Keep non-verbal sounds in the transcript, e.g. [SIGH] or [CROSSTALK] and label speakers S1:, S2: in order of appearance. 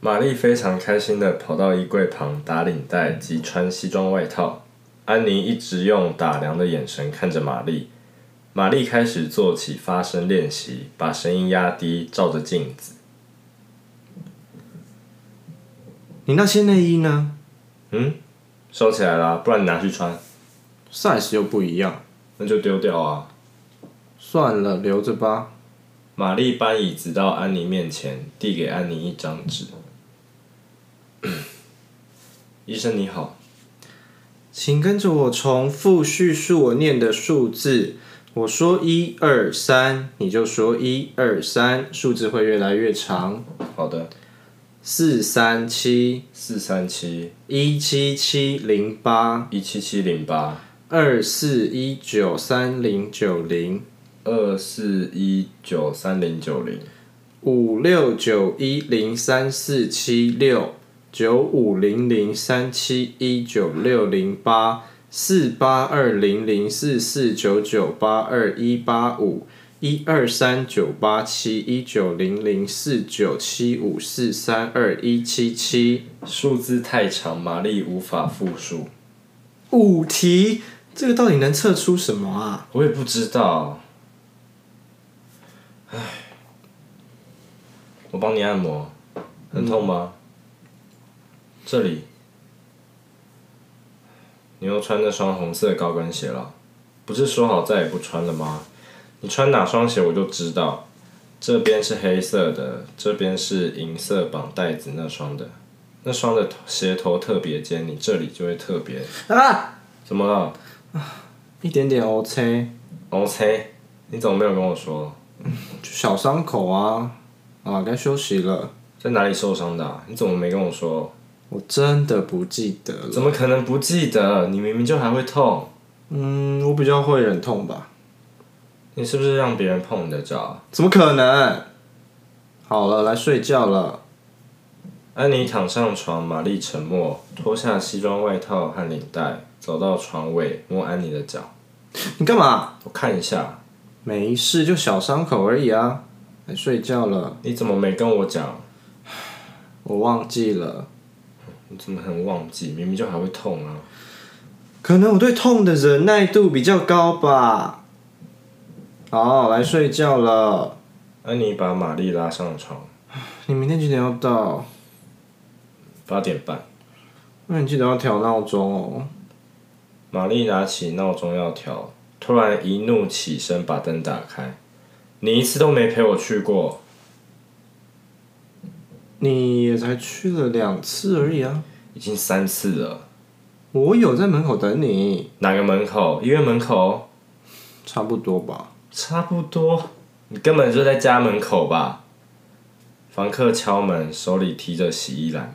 S1: 玛丽非常开心地跑到衣柜旁打领带及穿西装外套。安妮一直用打量的眼神看着玛丽。玛丽开始做起发声练习，把声音压低，照着镜子。
S2: 你那些内衣呢
S1: 嗯，收起来啦，不然你拿去穿，
S2: ？size 又不一样，
S1: 那就丢掉啊。
S2: 算了，留着吧。
S1: 玛丽搬椅子到安妮面前，递给安妮一张纸。 [COUGHS] 医生你好，
S2: 请跟着我重复叙述我念的数字。我说一二三，你就说一二三，数字会越来越长。
S1: 好的，
S2: 四三七
S1: 四三七
S2: 一七七零八
S1: 一七七零八
S2: 二四一九三零九零
S1: 二四一九三零九零
S2: 五六九一零三四七六九五零零三七一九六零八四八二零零四四九九八二一八五一二三九八七一九零零四九七五四三二一七七
S1: 数字太长，玛丽无法复述。
S2: 五题，这个到底能测出什么啊？
S1: 我也不知道。唉，我帮你按摩，很痛吗？这里。你又穿那双红色的高跟鞋了，不是说好再也不穿了吗？你穿哪双鞋我就知道。这边是黑色的，这边是银色绑带子那双的，那双的鞋头特别尖，你这里就会特别。
S2: 啊，
S1: 怎么了？
S2: 一点点 OK，
S1: OK，你怎么没有跟我说？
S2: 就小伤口啊，啊，该休息了。
S1: 在哪里受伤的啊、你怎么没跟我说？
S2: 我真的不记得了。
S1: 怎么可能不记得？你明明就还会痛，
S2: 嗯，我比较会忍痛吧？
S1: 你是不是让别人碰你的脚？
S2: 怎么可能？好了，来睡觉了。
S1: 安妮躺上床，玛丽沉默，脱下西装外套和领带，走到床尾摸安妮的脚。
S2: 你干嘛？
S1: 我看一下，
S2: 没事，就小伤口而已啊。来睡觉了，
S1: 你怎么没跟我讲？
S2: 我忘记了，
S1: 你怎么很忘记？明明就还会痛啊！
S2: 可能我对痛的忍耐度比较高吧。好，来睡觉了。
S1: 安妮把玛丽拉上床，
S2: 你明天几点要到？
S1: 八点半。
S2: 那你记得要调闹钟哦。
S1: 玛丽拿起闹钟要调，突然一怒起身，把灯打开。你一次都没陪我去过，
S2: 你也才去了两次而已啊。
S1: 已经三次了。
S2: 我有在门口等你，
S1: 哪个门口？医院门口？
S2: 差不多吧。
S1: 差不多。你根本就在家门口吧？房客敲门，手里提着洗衣篮。